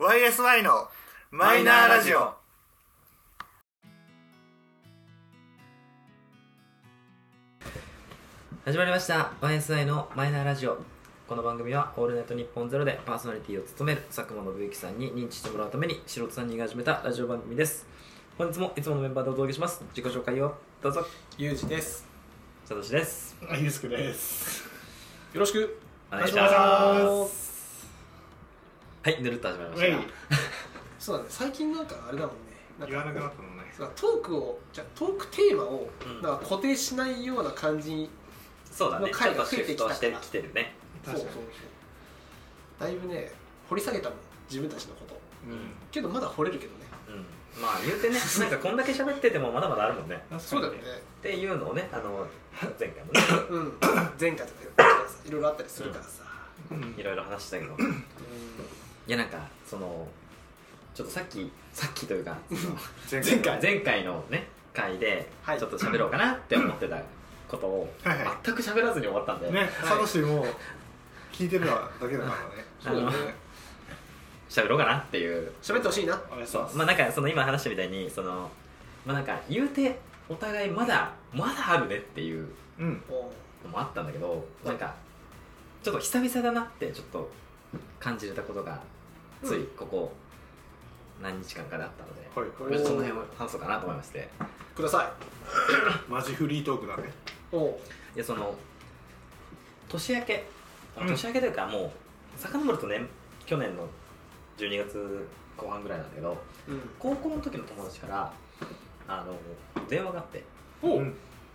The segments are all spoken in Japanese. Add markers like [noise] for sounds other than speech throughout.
YSY のマイナーラジオ始まりました YSI のマイナーラジオこの番組は「オールナイトニッポンゼロでパーソナリティを務める佐久間信之さんに認知してもらうために素人さんにが始めたラジオ番組です本日もいつものメンバーでお届けします自己紹介をどうぞゆうじですさとしですゆうすくですよろしくお願いしおま願いしますはいぬるっと始まりまウしたェがイそうだね最近なんかあれだもんねなん言かわなくなったのねそうだトークをじゃあトークテーマをうんなんか固定しないような感じに、そうだねのちょっ回とがシ増えフてきたトからしてきてるねそうそうそうだいぶね掘り下げたもん自分たちのことうんけどまだ掘れるけどねうんまあ言うてねなんかこんだけ喋っててもまだまだあるもんね確かそうにだよねっていうのをねあの前回もねうん前回とか [coughs] いろいろあったりするからさ、うんいろいろ話したけどういやなんかそのちょっとさっきさっきというかその前 [laughs] 回前回のね回ではいちょっと喋ろうかなって思ってたことをはいはい全く喋らずに終わったんでねサトシもう聞いてるだけだからねんそうだね喋ろうかなっていう喋ってほしいなそうまあなんかその今話したみたいにそのまあなんか言うてお互いまだまだあるねっていううんおうのもあったんだけどなんかちょっと久々だなってちょっと感じれたことがついここ何日間かであったのではいこちょれっとその辺を話そうかなと思いましてくださいマジフリートークだねおういやその年明けうん年明けというかもう遡るとね去年の12月後半ぐらいなんだけどうん高校の時の友達からあの電話があって、おううん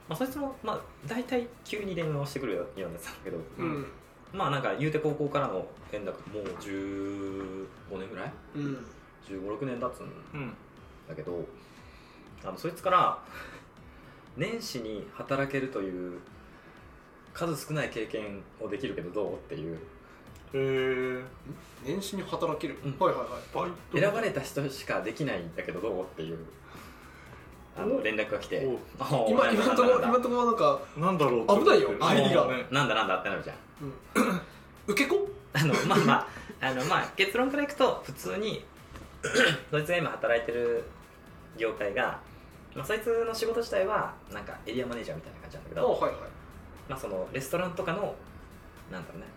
まあ、そいつも、まあ、大体急に電話をしてくるようになってたんだけど、うんまあなんか言うて高校からの連絡もう15年ぐらいうん1 5 6年経つんうんだけどあのそいつから年始に働けるという数少ない経験をできるけどどうっていうえー年始に働ける、うんはいはいはバいイト選ばれた人しかできないんだけどどうっていうあのお連絡が来ておお今なんだ今んとこなんだ今んとこはなんか、なんだろう危ないよってあ入りがもうねなんだなんだってなるじゃんうん、受け子あのまあ [laughs] まああの、まあ、結論からいくと普通に [clears throat] そいつが今働いてる業界が、まあ、そいつの仕事自体はなんかエリアマネージャーみたいな感じなんだけどおはいはいまあ、そのレストランとかのなんだろうね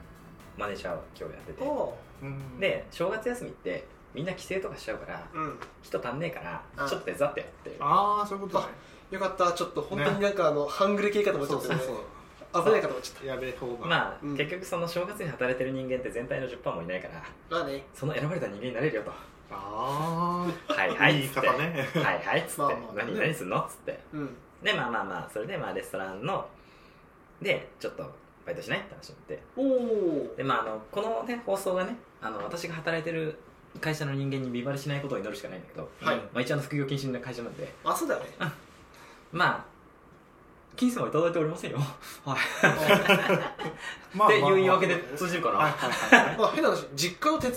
マネージャーを今日やってておうんで正月休みってみんな帰省とかしちゃうからうん人足んねえかうらんちょっと手伝ってやってああそういうことねよかったちょっと本当になんかあの、半グレ系かと思っちゃったよね危ないかと思っちゃっうやべえ方がまあ、うん結局その正月に働いてる人間って全体の10%もいないからたまあねその選ばれた人間になれるよとあ「はいあはい」言っいつって「方ねはいはい」っつって「まあまあ何何すんの?」っつってうんでまあまあまあそれでまあレストランのでちょっとバイトしないって話になっておおでまああのこのね放送がねあの私が働いてる会社の人間に見バレしないことを祈るしかないんだけど、はいまあ、一応あの副業禁止の会社なんであそうだ [laughs] よねまあ金銭はいただいておりませんよはいまあっていう言い訳ではい通じるかな、はいはいまあ変な話実家の手伝い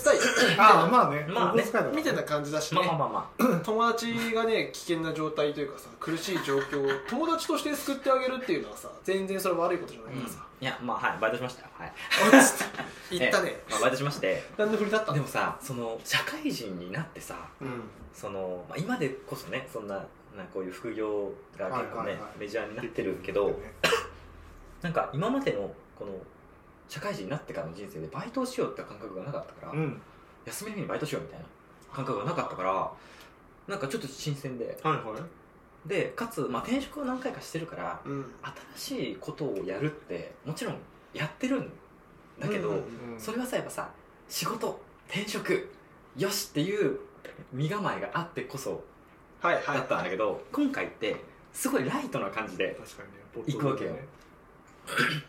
ああまあねまあねお小遣いだからみたいな感じだしね、まあまあまあまあ友達がね危険な状態というかさ苦しい状況を友達として救ってあげるっていうのはさ全然それ悪いことじゃなういんかいらさ、やまあはいバイトしましたよはいあちょっと言ったね、 [laughs] ええまあ、バイトしまして何の振りだったでもさその社会人になってさうんその、まあ、今でこそねそんななんかこういう副業が結構ね、はいはいはいメジャーになってるけど、なんか今までのこの社会人になってからの人生でバイトをしようって感覚がなかったから、うん休みの日にバイトしようみたいな感覚がなかったからなんかちょっと新鮮ではいはでかつ、まあ、転職を何回かしてるからうん新しいことをやるってもちろんやってるんだけど、うんうんいうんそれはさやっぱさ仕事転職よしっていう身構えがあってこそはいはいだったんだけど、今回ってすごいライトな感じで確かにね行くわけよ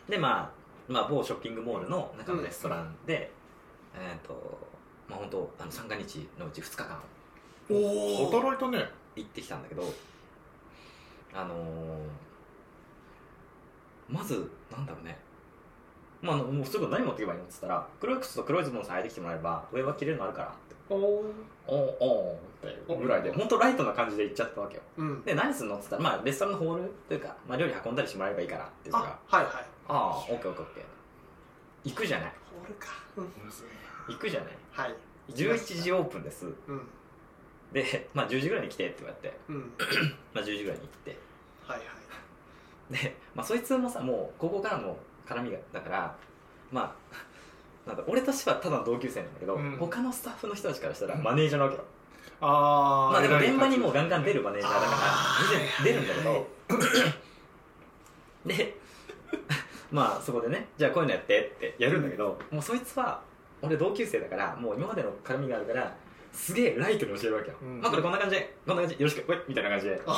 でまあ、まあ、某ショッピングモールの中のレストランで、えっ、とまあ本当あの三が日のうち2日間おおー働いたね行ってきたんだけどあのーまずなんだろうねまああのもうすぐ何持っていけばいいのっつったら黒い靴と黒いズボンさえ履いてきてもらえば上は着れるのあるからっておおおんおんっていうぐらいで本当ライトな感じで行っちゃったわけようんで何すんのっつったらまあレストランのホールというか、まあ、料理運んだりしてもらえばいいからっていうからあはいはいああ、オッケーオッケーオッケー。行くじゃない。ホールか、うん、行くじゃない。はい行きました11時オープンですうんで、まあ、10時ぐらいに来てって言われて、うんまあ、10時ぐらいに行ってはいはいで、まあ、そいつもさもう高校からの絡みがだからまあなんだ俺としてはただの同級生なんだけど、うん他のスタッフの人たちからしたらマネージャーなわけよ、あまあでも偉い現場にもうガンガン出るマネージャーだあからー全然出るんだけどでまあそこでねじゃあこういうのやってってやるんだけど、もうそいつは俺同級生だからもう今までの絡みがあるからすげえライトに教えるわけよ、うんまあこれこんな感じでこんな感じよろしくほいみたいな感じ [laughs] で説あ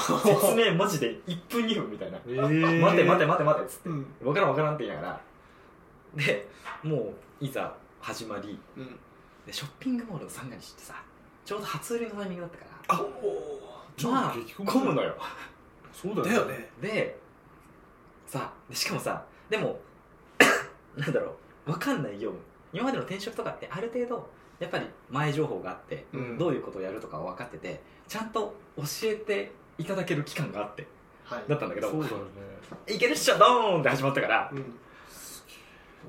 明マジで1分2分みたいなえー待て待て待て待てっつって、うわん分からん分からんって言いながらでもういざ始まりうんでショッピングモールの三が日ってさちょうど初売りのタイミングだったからあちょっとまあ激混み混むのよそうだだよよねでさでしかもさでも [coughs] なんだろう分かんない業務今までの転職とかってある程度やっぱり前情報があって、うんどういうことをやるとかは分かっててちゃんと教えていただける期間があってはいだったんだけどそうだよねいけるっしょドーンって始まったから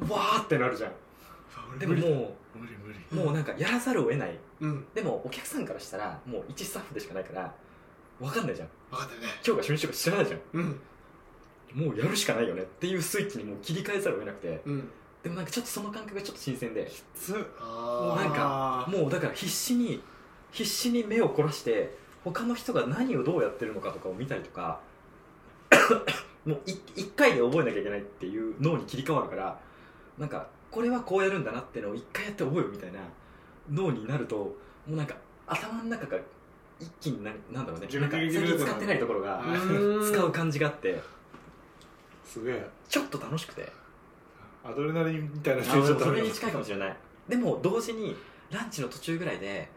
うんわーってなるじゃんでもも無理無理うもうなんかやらざるを得ないうんでもお客さんからしたらもう一スタッフでしかないから分かんないじゃん分かったよね今日が初日とか知らないじゃんうんもうやるしかないよねっていうスイッチにもう切り替えざるを得なくてうんでもなんかちょっとその感覚がちょっと新鮮でつあーあなんかもうだから必死に必死に目を凝らして他の人が何をどうやってるのかとかを見たりとか [coughs] もうい一回で覚えなきゃいけないっていう脳に切り替わるからなんかこれはこうやるんだなってのを一回やって覚えるみたいな脳になるともうなんか頭の中が一気にななんだろうねギュなルんかギュ最ルギュル近使ってないところがう [laughs] 使う感じがあってすげえちょっと楽しくてアドレナリンみたいなあちょっとそあるれよに近いかもしれないでも同時にランチの途中ぐらいで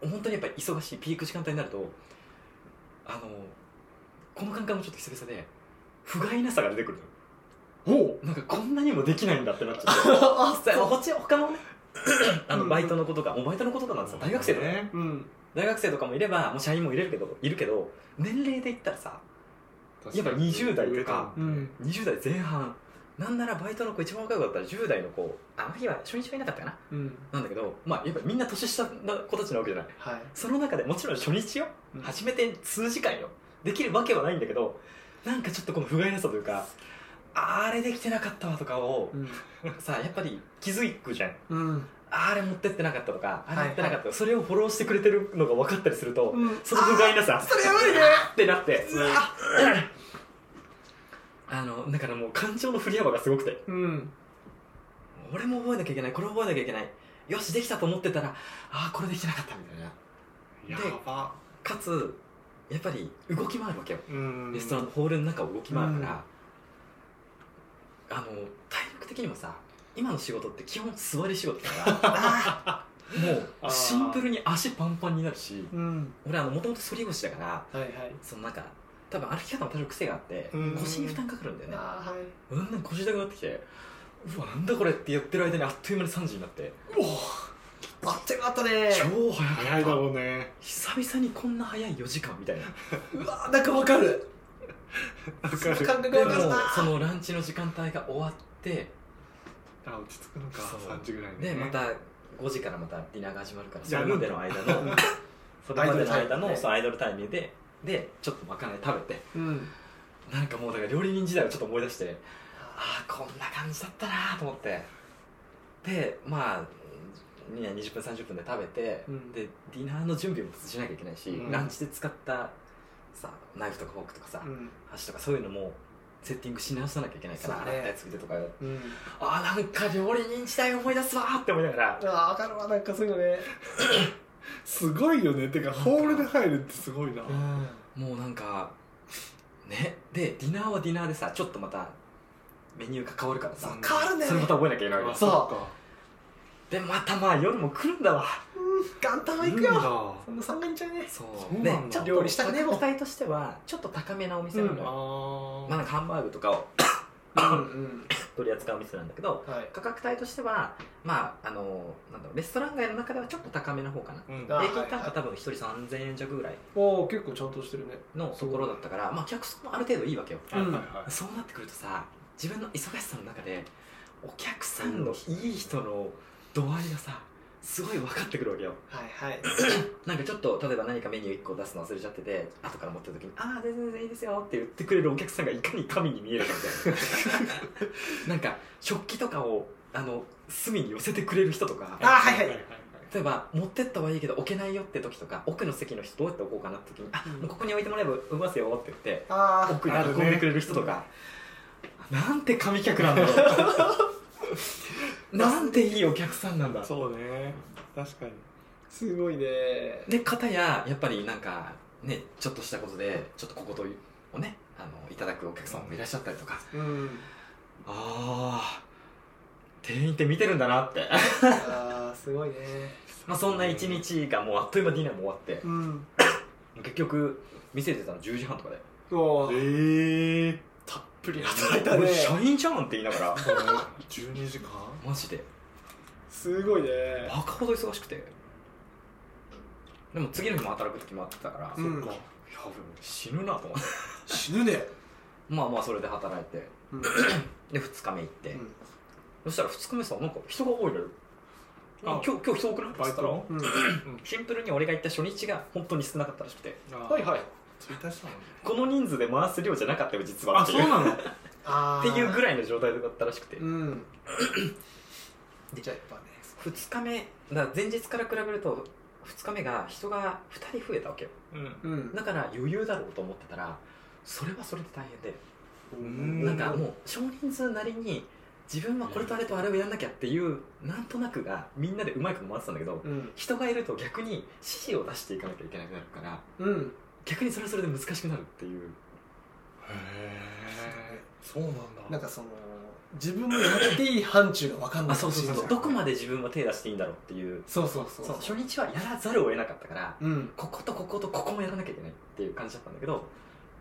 本当にやっぱり忙しいピーク時間帯になるとあのこの感覚もちょっと久々で不甲斐なさが出てくるおおのなんかこんなにもできないんだってなっ [laughs] ちゃってあ実際ほち他 [clears throat] のねあのうんバイトの子とかもうバイトの子とかなんですよ大学生とか、ねうん大学生とかもいればもう社員もいれるけどいるけど年齢で言ったらさやっぱ20代とかうん20代前半なんならバイトの子一番若い子だったら10代の子あの日は初日はいなかったかなうんなんだけど、まあ、やっぱみんな年下な子たちなわけじゃないはいその中でもちろん初日よ、うん初めて数時間よできるわけはないんだけどなんかちょっとこの不甲斐なさというかあれできてなかったわとかをうんさやっぱり気づくじゃんうんあれ持ってってなかったとかあれはいやってなかったとか、それをフォローしてくれてるのが分かったりすると、うんその不甲斐なさそれやばいねってなってうわあのだからもう感情の振り幅がすごくてうん俺も覚えなきゃいけないこれ覚えなきゃいけないよしできたと思ってたらああこれできてなかったみたいなやばかつやっぱり動き回るわけよ、うんレストランのホールの中を動き回るから、あの体力的にもさ今の仕事って基本座り仕事だから [laughs] もうあーシンプルに足パンパンになるしうん俺もともと反り腰だからはいはいそのなんか多分歩き方も多少癖があってうん腰に負担かかるんだよねあーはいうんなんか腰痛くなってきてうわなんだこれってやってる間にあっという間に3時になってうおバッチリあったね超早かった早いだろうね久々にこんな早い4時間みたいなうわなんかわかるわか感る覚でもがわかるなそのランチの時間帯が終わってあ落ち着くのかそう3時ぐらいにねでまた5時からまたディナーが始まるからそやれるまんだでの間の [laughs] それまでのアイドルタイ間ムのねそうアイドルタイムででちょっとまかない食べてうんなんかもうだから料理人時代をちょっと思い出してああこんな感じだったなーと思ってでまあうん20分30分で食べて、うんでディナーの準備もしなきゃいけないし、うんランチで使ったさナイフとかフォークとかさ、うん箸とかそういうのもセッティングし直さなきゃいけないから、そうね洗ったやつ見てとかうんあーなんか料理人時代思い出すわーって思いながらあーわかるわなんかそういうのねすごいよねてかホールで入るってすごいなうんもうなんかねでディナーはディナーでさちょっとまたメニューが変わるからさ、うん変わるんだそれよねまた覚えなきゃいけないわけそうでまたまあ夜も来るんだわ元旦うはかいる行くんだよそんな三が日はねそうそうなんだちょっと料理したくねえもん価格帯としてはちょっと高めなお店なのよ、あまあ、なんかハンバーグとかをうん取り扱うお店なんだけどうんはい価格帯としてはまああのなんだろうレストラン街の中ではちょっと高めの方かなーうんあ平均単はいは価い多分1人3000円弱ぐらいおお結構ちゃんとしてるねのところだったから、まあ、客層もある程度いいわけよはいはいはいそうなってくるとさ自分の忙しさの中でお客さんのいい人の度合いがさすごい分かってくるわけよはいはいなんかちょっと例えば何かメニュー1個出すの忘れちゃってて後から持ってる時に「ああ全然全然いいですよ」って言ってくれるお客さんがいかに神に見えるかみたいななんか食器とかをあの隅に寄せてくれる人とかあはいはい例えば持ってったはいいけど置けないよって時とか奥の席の人どうやって置こうかなって時に「あもうここに置いてもらえば置きますよ」って言ってあー奥にあるね運んでくれる人とか、なんて神客なんだろ [laughs] うなんていいお客さんなんだそうね確かにすごいねで片ややっぱりなんかねちょっとしたことでちょっとこことをねあのいただくお客様もいらっしゃったりとかうんああ店員って見てるんだなって [laughs] あーすごいねまあそんな一日がもうあっという間にディナーも終わってうん結局店出たの10時半とかでおえーー、たっぷり働いたね俺社員じゃんって言いながら [laughs] 12時間マジですごいねバカほど忙しくてでも次の日も働く時もあってたから、うんいや死ぬなと思って死ぬねまあまあそれで働いてうんで2日目行って、そしたら2日目さなんか人が多いのよあ今日今日人多くないって言ったら、バイうんうんシンプルに俺が行った初日が本当に少なかったらしくてはいはい1日だもんねこの人数で回す量じゃなかったよ実はあってそういうなのあっていうぐらいらいの状態だったらしくて、うんじゃあやっぱね2日目だから前日から比べると2日目が人が2人増えたわけようんだから余裕だろうと思ってたらそれはそれで大変で、うんなんかもう少人数なりに自分はこれとあれとあれをやんなきゃっていうなんとなくがみんなでうまいこと回ってたんだけどうん人がいると逆に指示を出していかなきゃいけなくなるからうん逆にそれはそれで難しくなるっていうへえそうなんだなんかその自分もやっていい範疇が分かんなあいそうそうそうどこまで自分は手出していいんだろうっていうそうそうそうそう初日はやらざるを得なかったからうんこことこことここもやらなきゃいけないっていう感じだったんだけど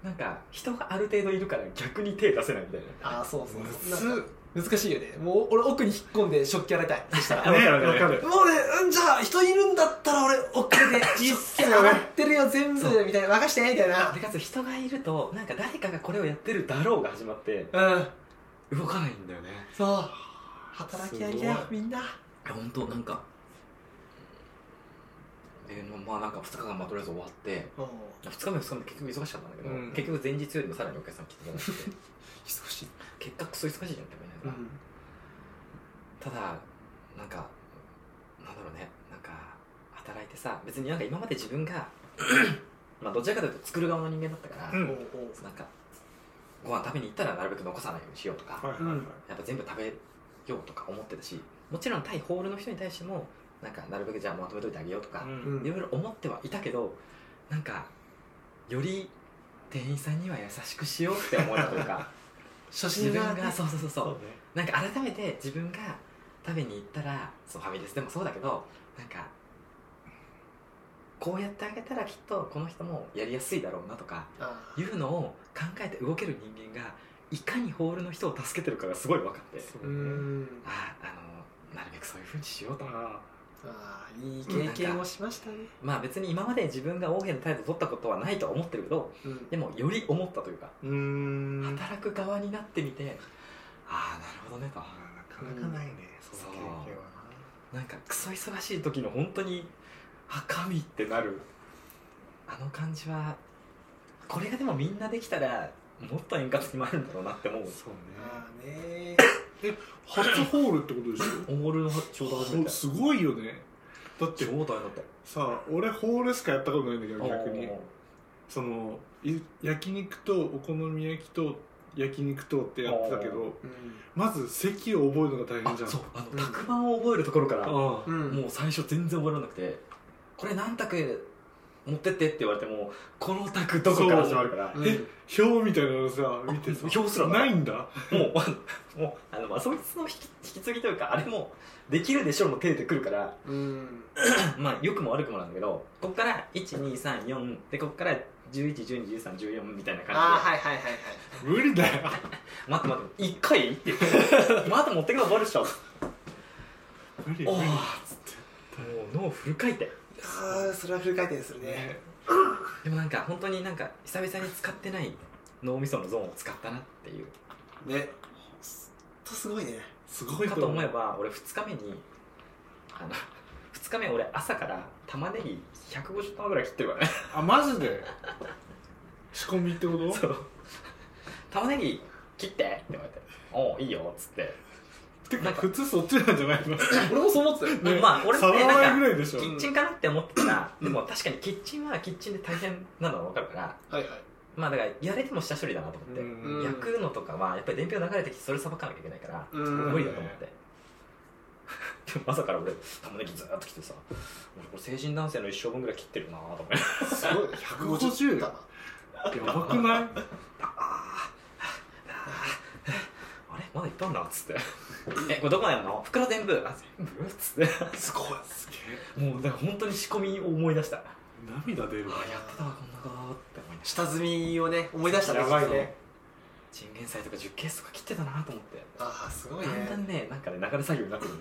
なんか人がある程度いるから逆に手出せないみたいなああそうそうむずそうなんか難しいよねもう俺奥に引っ込んで食器洗いたいそ [laughs] したらもねわわかう俺うんじゃあ人いるんだったら俺奥で実際洗ってるよ全そ部みたいな任してみたいなでかつ人がいるとなんか誰かがこれをやってるだろうが始まってうん動かないんだよねそう働き合いだよすごみんないや本当なんかでまあなんか2日間まあとりあえず終わっておう2日目2日目結局忙しかったんだけど、うん結局前日よりもさらにお客さん来てくれなくて [laughs] 忙しい結果クソ忙しいじゃんって思いながら、ただなんかなんだろうねなんか働いてさ別になんか今まで自 [laughs] 分がまあどちらかというと作る側の人間だったから、うんおうおうなんかご飯食べに行ったらなるべく残さないようにしようとか、はいはいはいやっぱ全部食べようとか思ってたしもちろん対ホールの人に対してもなんかなるべくじゃあまとめといてあげようとかう、うんんいろいろ思ってはいたけどなんかより店員さんには優しくしようって思えたというか初自心分ががそうそうそうそうそうねなんか改めて自分が食べに行ったらそうファミレスでもそうだけどなんかこうやってあげたらきっとこの人もやりやすいだろうなとかあーいうのを考えて動ける人間がいかにホールの人を助けてるかがすごい分かってそううねんああのなるべくそういうふうにしようとああーいい経験をしましたねまあ別に今まで自分が大変な態度を取ったことはないとは思ってるけどうんでもより思ったというかーうーんなか働く側になってみてああなるほどねとなかないねそそうういう経験はなんかクソ忙しい時の本当にあ神ってなるあの感じはこれがでもみんなできたらもっと円滑に回るんだろうなって思うそうまあね初ホールってことでしょオールのちょうど初めてすごいよねだって超大変だったさあ俺ホールしかやったことないんだけど逆におーそのい焼肉とお好み焼きと焼肉とってやってたけおーどうんまず席を覚えるのが大変あじゃんそうあのうん卓板を覚えるところからああうんもう最初全然覚えられなくてこれ何択持ってってって言われてもこの択どこから始まるからうんえ表みたいなのさ見てさ表すらなないいんだもうあのもうあのまあそいつの引き引き継ぎというかあれもできるでしょうも手でくるから [clears throat] うんまあ良くも悪くもなんだけどこっから1234でこっから11121314みたいな感じで、ああはいはいはいはい無理だよ待って待って1回って言ってまだ持って [laughs] くのバレるでしょ無理お無お理っつってもう脳フル回転ああそれはフル回転するねねでもなんか本当になんか久々に使ってない脳みそのゾーンを使ったなっていうねほんとすごいねすごいかと思えば俺2日目にあの日目俺朝から玉ねぎ150玉ぐらい切ってるからねあマジで仕込みってことそう玉ねぎ切ってって言われて「おういいよ」っつっててか普通そっちなんじゃないの俺もそう思ってたよねまあ俺も触ねらないなんかぐらいでしキょッチンかなって思ってたら、うんでも確かにキッチンはキッチンで大変なのは分かるからはいはいまあだからやれても下処理だなと思って、うん焼くのとかはやっぱり伝票流れてきてそれさばかなきゃいけないから、うん無理だと思って。でも朝から俺玉ねぎずーっと来てさ俺これ成人男性の一生分ぐらい切ってるなと思ってすごいね150 150玉やばくないあれまだいっぱいあるなっつってえこれどこにあるの袋全部あ全部っつっすごいすげえてもうだから本当に仕込みを思い出したあ涙出るわやってたわこんなことって思い出した下積みをね思い出したねやばいねちょっとチンゲン菜とか10ケースとか切ってたなと思ってああすごいねだんだんねなんかね流れ作業になってく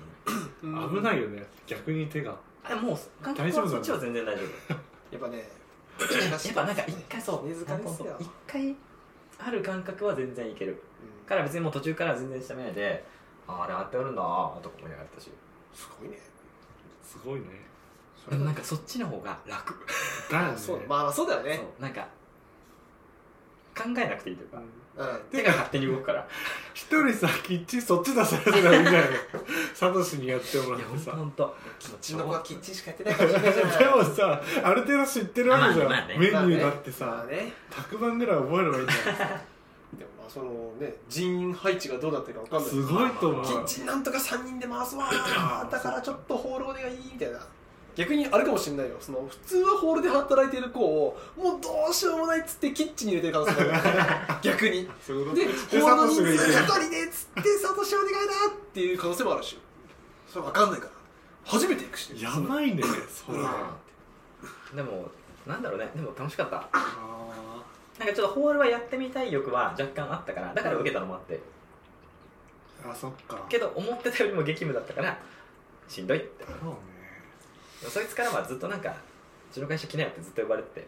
るのね危ないいよね逆に手があれもう感覚大丈は夫だねそっちは全然大丈夫やっぱね [laughs] やっぱなんか一回そう根塚ですよ一回ある感覚は全然いけるうんから別にもう途中からは全然しためないでああれあってあるんだーとか思いながらやったしすごいねすごいねでもなんかそっちの方が楽だよあねそうまあまあそうだよねそうなんか考えなくていいというかうん手が勝手に動くから一人さキッチンそっち出されてたみたいな [laughs] サトシにやってもいらやって本当さ本当キッチンの子はキッチンしかやってないかもしれないじゃないでもさある程度知ってるわけじゃん、まあまあねメニューだってまあさね卓番ぐらい覚えればいいんじゃないでもまあそのね人員配置がどうなってるかわかんないすごいと思うキッチンなんとか3人で回すわ [laughs] ーだからちょっとホールお願いみたいな逆にあれかもしれないよその普通はホールで働いてる子をもうどうしようもないっつってキッチンに入れてる可能性がある [laughs] 逆にそういうことででホールサのトシ人がいて数一人でっつってサトシお願いだっていう可能性もあるしそれわかんないから初めて行くしねやばいねそれはでもなんだろうねでも楽しかったあなんかちょっとホールはやってみたい欲は若干あったからだから受けたのもあってあそっかけど思ってたよりも激務だったからしんどいってそうねそいつからはずっとなんか「うちの会社来なよ」ってずっと呼ばれててー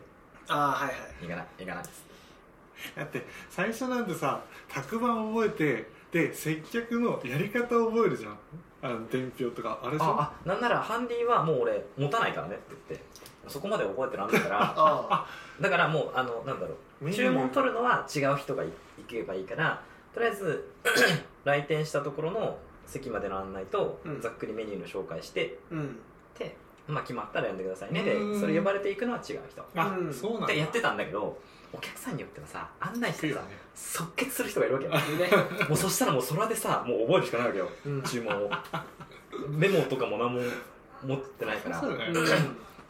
あーはいはい「行かない行かない」っつってだって最初なんてさ卓番覚えてで接客のやり方覚えるじゃんあの伝票とかあれでしょああなんならハンディはもう俺持たないからねって言ってそこまで覚えてらんないから [laughs] あだからもうあのなんだろうメニュー注文取るのは違う人がい行けばいいからとりあえず [clears throat] 来店したところの席までの案内と、うんざっくりメニューの紹介してーうんで、まあ、決まったら呼んでくださいねでうんそれ呼ばれていくのは違う人あうんそうなんだでやってたんだけどお客さんによってはさ案内しくてよさね即決する人がいるわけよいいね、もうそしたらもうそれでさもう覚えるしかないわけよ [laughs] うん注文をメモとかも何も持ってないからそうだようねん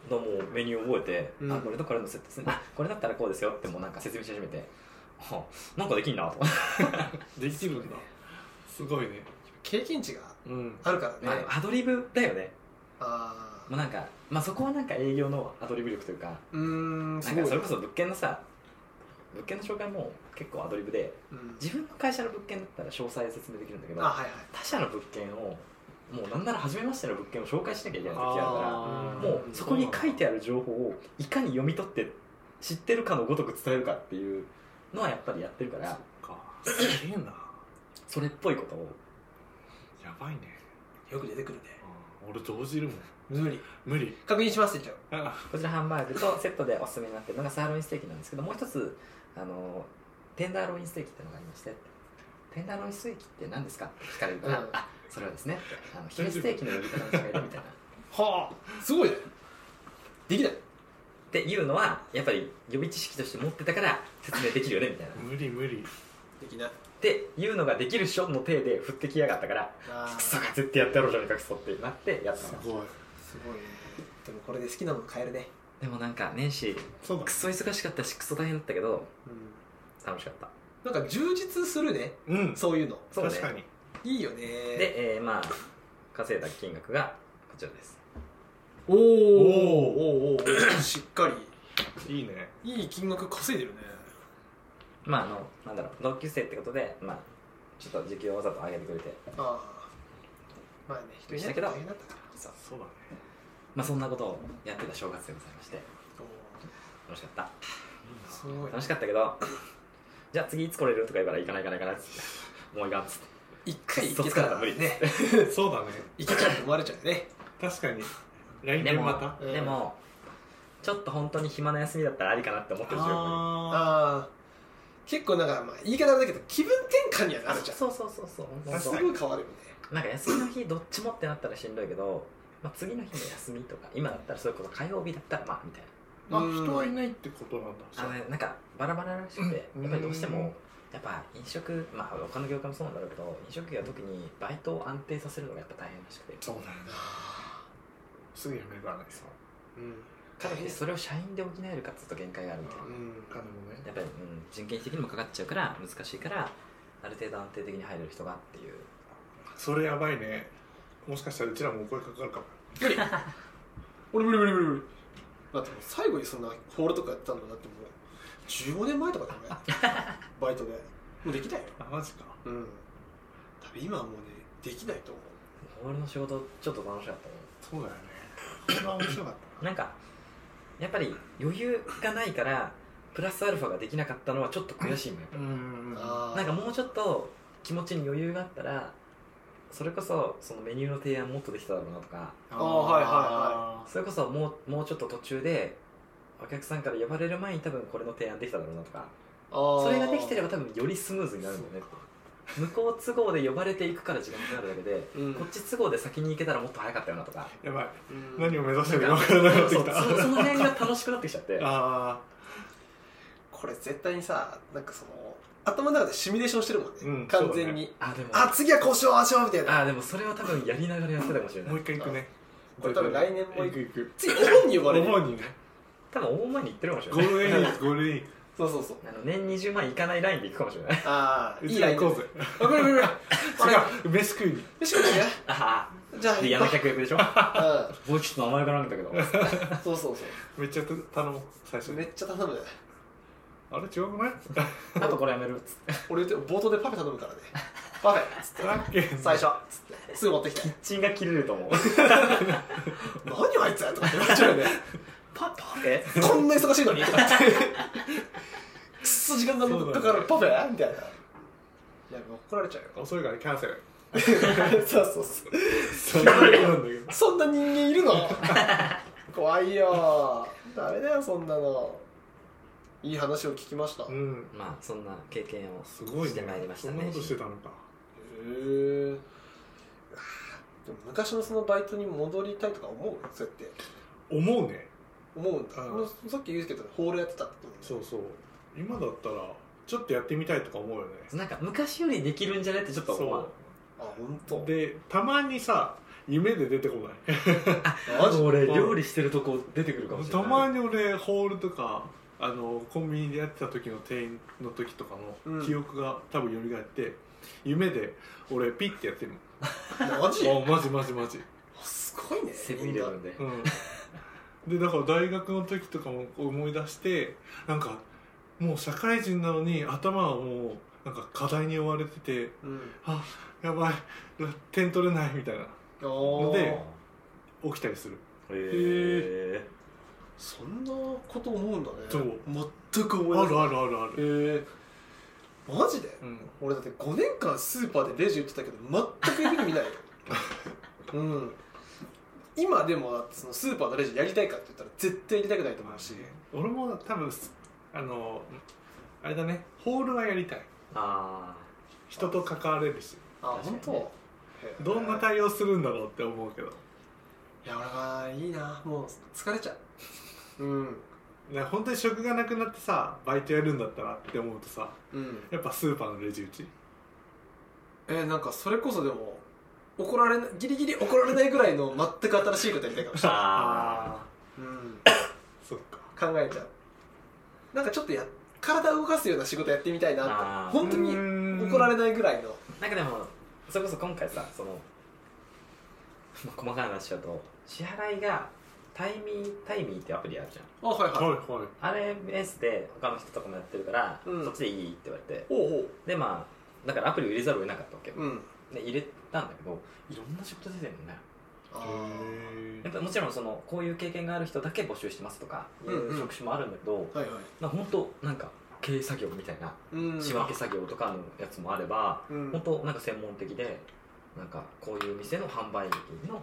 どうもメニュー覚えて、うんあこれとこれのセットですねあこれだったらこうですよってもうなんか説明し始めてはあなんかできんなとできるんだすごいね経験値がうんあるからまねあアドリブだよねあもうなんか、まあ、そこはなんか営業のアドリブ力というかーうーんなすんかごいそれこそ物件のさ物件の紹介も結構アドリブでうん自分の会社の物件だったら詳細で説明できるんだけどあはいはい他社の物件をもうなんなら初めましての物件を紹介しなきゃいけない時あるからあーもうそこに書いてある情報をいかに読み取って知ってるかのごとく伝えるかっていうのはやっぱりやってるからそっかすげえなそれっぽいことをやばいねよく出てくるねうん俺動じるもん無理無理確認しますじゃあこちらハンバーグとセットでおすすめになってるのがサーロインステーキなんですけどもう一つあのテンダーロインステーキってのがありましてテンダーロインステーキって何ですかって聞かれるから、うんあそれはですねってあのヒレステーキの呼び方の違いだみたいなっあはあすごいねできないていうのはやっぱり予備知識として持ってたから説明できるよねみたいなっ無理無理できないていうのができるっしょの体で振ってきやがったからあクソが絶対やってやろうじゃねえかクソってなってやったすのごいすごいねでもこれで好きなもの買えるねでもなんか年始そうだクソ忙しかったしクソ大変だったけどうん楽しかったなんか充実するねうんそういうのそうね確かにいいよねで、えーまあ稼いだ金額がこちらですおーおおーおーしっかいいねりいい金額稼いでるねまああのなんだろう同級生ってことでまあちょっと時給をわざと上げてくれてああまあね人いないと大変だったかそうそうだねまあそんなことをやってた正月でございましてらお楽しかったーすごい楽しかったけどじゃあ次いつ来れるとか言うから行かない行かない行かないっつってもういかんっつって一回行そけたっからら無理ねいいなそうだね行けちゃうと思われちゃうね確かに LINE ででももまたうんでもちょっと本当に暇な休みだったらありかなって思ってる自分あもああ結構なんかまあ言い方あれだけど気分転換にはなるじゃんそうそうそうそう本当すそうごい変わるよねなんか休みの日どっちもってなったらしんどいけど、まあ、次の日の休みとか今だったらそれこそ火曜日だったらまあみたいーまあうん人はいないってことなんだなあのなんかバラバラらしくてうんやっぱりどうしてうんもやっぱ飲食まあ他の業界もそうなんだろうけど飲食業は特にバイトを安定させるのがやっぱ大変らしくてそうだよなすぐやめるからねそううんかといってそれを社員で補えるかっつうと限界があるみたいなうんお金もねやっぱり、うん、人件費的にもかかっちゃうから難しいからある程度安定的に入れる人がっていうそれやばいねもしかしたらうちらもお声かかるかも無理俺無理無理無理無理だってもう最後にそんなホールとかやってたのだってもう15年前とかだよねバイトでもうできないよあマジかうん多分今はもうねできないと思うホールの仕事ちょっと楽しかったねそうだよねこれは面白かっなんかやっぱり余裕がないからプラスアルファができなかったのはちょっと悔しいのよたうんあーなんかもうちょっと気持ちに余裕があったらそれこそそのメニューの提案もっとできただろうなとかあーはいはそれこそもうもうちょっと途中でお客さんから呼ばれる前に多分これの提案できただろうなとかあーそれができてれば多分よりスムーズになるんだよね向こう都合で呼ばれていくから時間かかるだけでうんこっち都合で先に行けたらもっと早かったよなとかやばいうん何を目指してるか分からなくなってそきうたそその辺が楽しくなってきちゃってあこれ絶対にさなんかその頭の中でシミュレーションしてるもんね、うん完全に、あでもあ次はこうしようああしようみたいなあーでもそれは多分やりながらやってたかもしれあなもうい一回行くねこれ多分来年も行行くく行く次お盆に呼ばれる思うにね多分大前に行ってるかもしれゴなールデンウィいークゴールデンウィークそうそうそうあの年20万いかないラインで行くかもしれないああういちいらライン行こうぜあこれこれこれあれ違う飯食いに飯食うねあじゃああで嫌な客役で [laughs] しょうん僕ちょっと名前がなんだけどそうそうそめっちゃ頼もう最初うめにっちゃ頼むねあれ違うくないあとこれやめるっつって俺言って冒頭でパフェ頼むからねパフェっつってラッキー [laughs] 最初つってすぐ持って [laughs] きてチンが切れると思う何あいつとかって言われち [laughs] ゃうよねパパえこんな忙しいの [laughs] にとかってくっそ時間がかかるパフェみたいないや怒られちゃうよ遅いからキャンセル [laughs] そうそうそうそういうことなんだけどそんな人間い [laughs] るの怖いよダメだよそんなのいい話を聞きましたへうんまあそんな経験をすごいしてねまいりましたそんなねことしてたのかえ昔のそのバイトに戻りたいとか思うそうやって思うね思うんだ、うんさっき言うけどホールやってたってそうそう今だったらちょっとやってみたいとか思うよねなんか昔よりできるんじゃねってちょっと思うあ本当。でたまにさ夢で出てこないマジ俺うん理してるとこ出てくるたまに俺ホールとかあのコンビニでやってた時の店員の時とかうのん記憶が多分蘇って夢で俺ピッてやってるのマジあマジマジマジすごいねセブンイレブンでうん、でだから大学の時とかも思い出してなんかもう社会人なのに頭はもうなんか課題に追われててうんあやばい点取れないみたいなので起きたりするへえそんなこと思うんだねそう全くあ思いるまあせんるあるある、へえマジで、うん、俺だって5年間スーパーでレジ売ってたけど全く夢に [laughs] 見ないようん今でもだってそのスーパーのレジやりたいかって言ったら絶対やりたくないと思うし俺も多分あのあれだねホールはやりたいああ人と関われるしあ本当。確かへえどんな対応するんだろうって思うけどいや俺はいいなもう疲れちゃううんね本当に職がなくなってさバイトやるんだったらって思うとさうんやっぱスーパーのレジ打ちえーなんかそれこそでも怒られなギリギリ怒られないぐらいの全く新しいことやりたいかもしれない、あうん、 [laughs] そっか考えちゃうなんかちょっとや体を動かすような仕事やってみたいあなーって本当に怒られないぐらいのーなんかでもそれこそ今回さその、まあ、細かい話だと支払いがタイミータイミーってアプリあるじゃんあははいいいはいあれベースで他の人とかもやってるから、うんそっちでいいって言われてほうほでまあだからアプリを入れざるを得なかったわけよううんで入れたんだけどいろんな仕事出てるのねあやっぱもちろんそのこういう経験がある人だけ募集してますとかいうんうんう職種もあるんだけど、ーはいはいなんか本当なんか経営作業みたいなうん仕分け作業とかのやつもあれば、うん本当なんか専門的でなんかこういう店の販売員の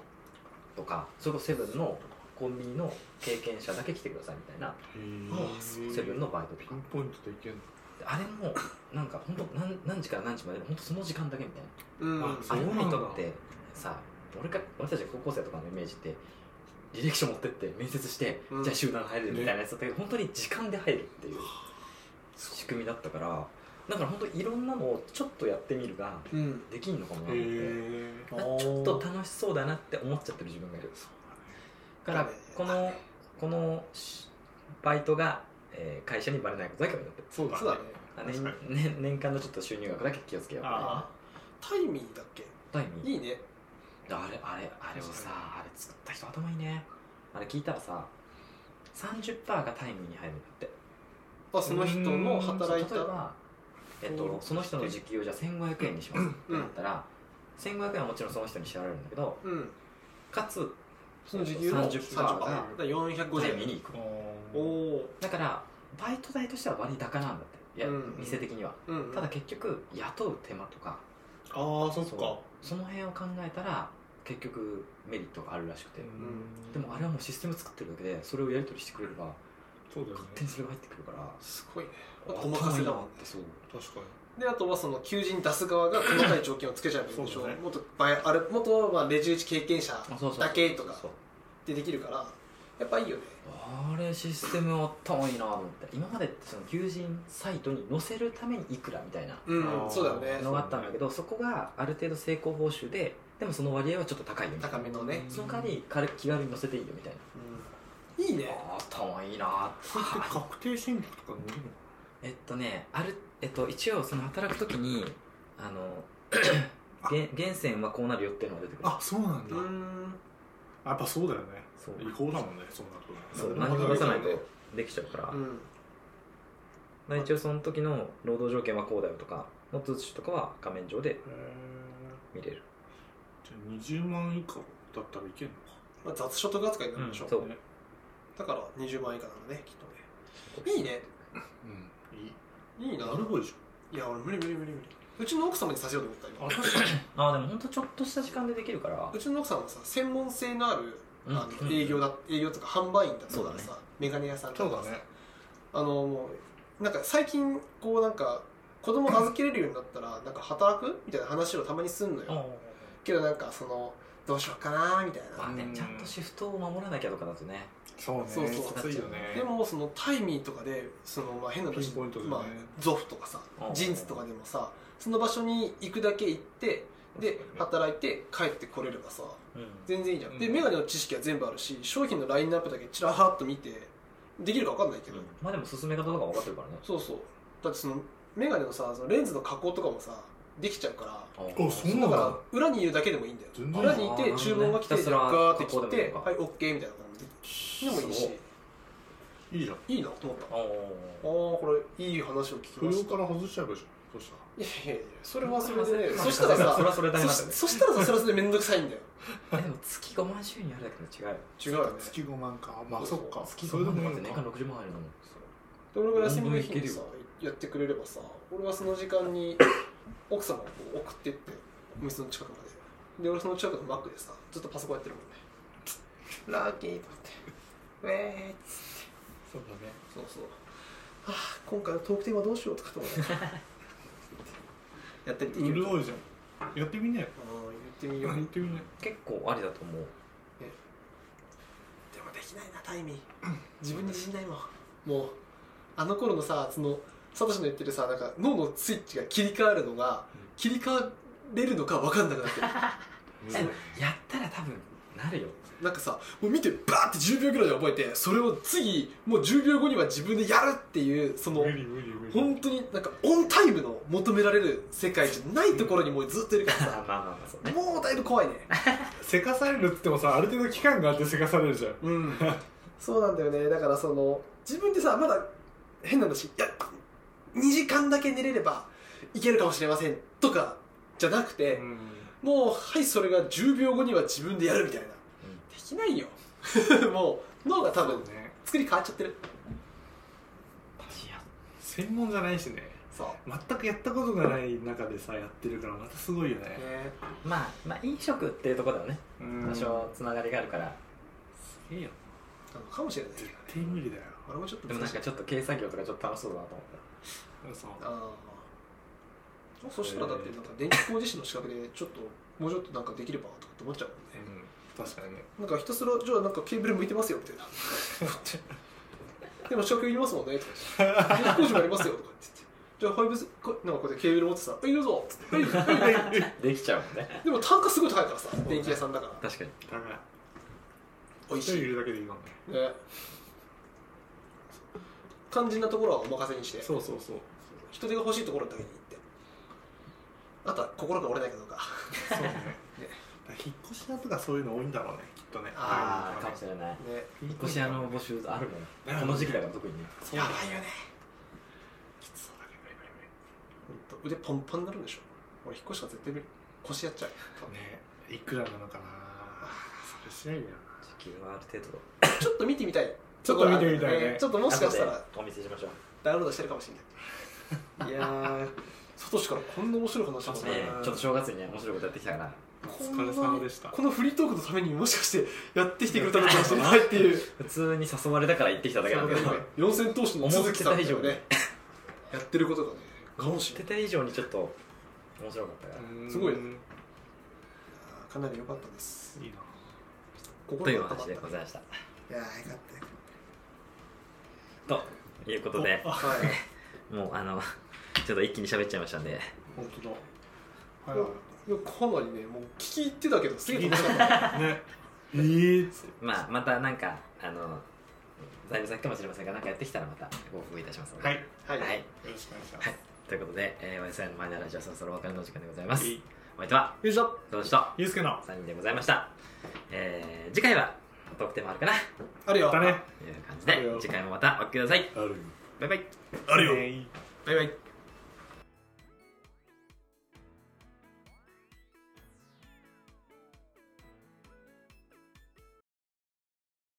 とかそれこそセブンのコンビニの経験者だけ来てくださいみたいなーセブンのバイトとピかンポイントでいけんのであれもなんか本当何何時から何時までの本当その時間だけみたいなうんあそあうれなんだにとってさ俺か俺たちが高校生とかのイメージって履歴書持ってって面接して、うんじゃあ集団入れるみたいなやつだったけど、本当に時間で入るっていう仕組みだったからだから本当いろんなのをちょっとやってみるがうんできんのかもなって、へえあちょっと楽しそうだなって思っちゃってる自分がいるだからこのこのしバイトが、えー会社にバレないことだけを祈ってるそうだそうだねあ確か年年 [laughs] 年間のちょっと収入額だけ気をつけようあタイミーだっけ第二いいねあれあれあれをさあれ作った人頭いいねあれ聞いたらさ30%がタイムに入るんだってまあその人の働い例えたば、えっと、その人の時給をじゃあ1500円にしますってなったら、1500円はもちろんその人に支払われるんだけど、うんかつその時給の30% 30%がだから450タイ円ムに行くあおおだからバイト代としては割高なんだっていや、うん店的にはうんただ結局雇う手間とかああそっかそうその辺を考えたら結局メリットがあるらしくて、うんでもあれはもうシステム作ってるだけでそれをやり取りしてくれればそうだよね勝手にそれが入ってくるからすごいね頭お任せだもんいいなってそう確かにであとはその求人出す側が細かい条件をつけちゃえばいいんでしそょううだねもっと倍あれもっとまあレジ打ち経験者あそうそうだけとかそうでできるからやっぱいいよねあれシステム頭いいなと思って今までってその求人サイトに載せるためにいくらみたいなうんあーそうだよねのがあったんだけどそこがある程度成功報酬ででもその割合はちょっと高いよみたいな高めのねその代わり軽く気軽に乗せていいよみたいな、いいねあ頭いいな [laughs] それって確定申告とか乗るのえっとねある、えっと、一応その働く時にあ [coughs] のげ源泉はこうなるよっていうのが出てくるあそうなんだうんやっぱそうだよねそう違法だもんねそうなるとねそうな何るもほど出さないとできちゃうから、うんまあ、一応その時の労働条件はこうだよとかの通知とかは画面上でへ見れるーじゃあ20万以下だったらいけんのかまあ雑所得扱いになるでしょうんそうねだから20万円以下なのねきっとねいいねうんいいいいななるほどでしいや俺無理無理無理無理うちの奥様にさせようと思った今ょあ確かにああでも本当ちょっとした時間でできるからうちの奥さんはさ専門性のあるうんあの営業だ営業とか販売員だったそうかだらねさ、メガネ屋さんそとうかださねあのもうなんか最近こうなんか子供預けれるようになったらなんか働くみたいな話をたまにすんのうんよけどなんかそのどうしようかなみたいまあなねうんちゃんとシフトを守らなきゃとかだとねそうねそうそうきついよねでもそのタイミーとかでそのまあ変なピンポイントでねまあ、ゾフとかさうんジンズとかでもさその場所に行くだけ行ってで働いて帰ってこれればさうん全然いいじゃん、でうんメガネの知識は全部あるし商品のラインナップだけちらはっと見てできるか分かんないけど、まあでも進め方とか分かってるからねそうそうだってそのメガネのさそのレンズの加工とかもさできちゃうからあそうだなんかだら裏にいるだけでもいいんだよ全然いい裏にいあーなるてほどね注文が来てひたすらガーって加工来でもいいてのかはい OK みたいな感じででもいいしいいじゃんいいなと思ったあああーこれいい話を聞き不ま要したから外しちゃえばいいじゃんそうしたらいやいやいやそれはそれでねまあそしたらさそれはそれだよなそしそしたらさそれはそれで面倒くさいんだよあでも月5万収入あるだけで違うよ違うよね月5万かまあそそうっか月そ5れで万もいとかっていの年か間60万あるのもで俺が休みの日どんどんいけにるさよやってくれればさ俺はその時間に奥様をこう送ってってお店の近くまでで俺その近くのマックでさずっとパソコンやってるもんねラッキーと思ってウェーっつそってうだねそうそうはあ今回のトークテーマどうしようとかと思ってやってみていい潤いいじゃんやってみなよ言ってみようやでもってみなよ結構ありだと思うできないなタイミー自分に自信ないもんもうあの頃のさそのサトシの言ってるさなんか脳のスイッチが切り替わるのがうん切り替われるのか分かんなくなってるえやったら多分なるよなんかさもう見てバーって10秒ぐらいで覚えてそれを次もう10秒後には自分でやるっていうその無理無理無理本当になんかオンタイムの求められる世界じゃないところにもうずっといるからまあさまあまあそうねもうだいぶ怖いねせかされるっつってもさある程度期間があってせかされるじゃんうん [laughs] そうなんだよねだからその自分でさまだ変な話いや2時間だけ寝れればいけるかもしれませんとかじゃなくて、もうはいそれが10秒後には自分でやるみたいなできないよ [laughs] もう脳が多分ね作り変わっちゃってるいや専門じゃないしねそう全くやったことがない中でさやってるからまたすごいよねねまあ、まあ飲食っていうところではねうん多少つながりがあるから、すげえよなのかもしれない絶対無理だよ俺もちょっとでもなんか難しちいょっと経営作業とかちょっと楽しそうだなと思っそうああそしたらだってなんか電気工事士の資格でちょっともうちょっとなんかできればとかって思っちゃうもんうねん確かにねなんかひたすらじゃあなんかケーブル向いてますよみたいなでも職業いりますもんねとか言って電気工事もありますよとかって言ってじゃあファイブスこなんかこうやってケーブル持ってさ「はいどうぞ」っつってはいはいはいたできちゃうもんねでも単価すごい高いからさ電気屋さんだから確かにだから美味一し人いいるだけでいいかもねね肝心なところはお任せにしてそうそうそう人手が欲しいところだけに行ってあとは心が折れないかどうかそうねだから引っ越しだとかそういうの多いんだろうねきっとねあああかもしれないね引引っ越し屋の募集あるもんなるほこどの時期だから特にねそうやだばねいよねきつそうだけどねほんと腕パンパンになるんでしょ俺引っ越しは絶対無理腰やっちゃう多分ねいくらなのかなそれしないんだよな時給はある程度ちょっと見てみたいちょっと見てみたいねちょっともしかしたら後でお見せしましょうダウンロードしてるかもしれないいやーサトシからこんな面白い話もそうねねちょっと正月にね面白いことやってきたからお疲れ様でしたこのフリートークのためにもしかしてやってきてくれたのかもしれないっていう普通に誘われたから行ってきただけなんだけど四千投手の鈴木さん思ってた以上にねやってることがねかもし思っれてないた以上にちょっと面白かったからうんすごいうんあーかなり良かったですいいなと心いうが温まっ話たでねございましたいやーよかったよということでおあはいもうあのちょっと一気に喋っちゃいましたんで本当だいやいやかなりねもう聞き入ってたけどすげえ楽しかったねえーっつってまあまたなんかあの財務先かもしれませんがなんかやってきたらまたご報告いたしますのではいはよはい、い、ろしくお願いしまはいすということで、えー、YSI のマイナーラジオそろそろお別れのお時間でございますいいお相手はよいしょどうしとゆうすけの3人でございました、えー、次回はトークテーマあるかなあるよだねという感じで次回もまたお聞きくださいあるバイバイあるよ、バイバイ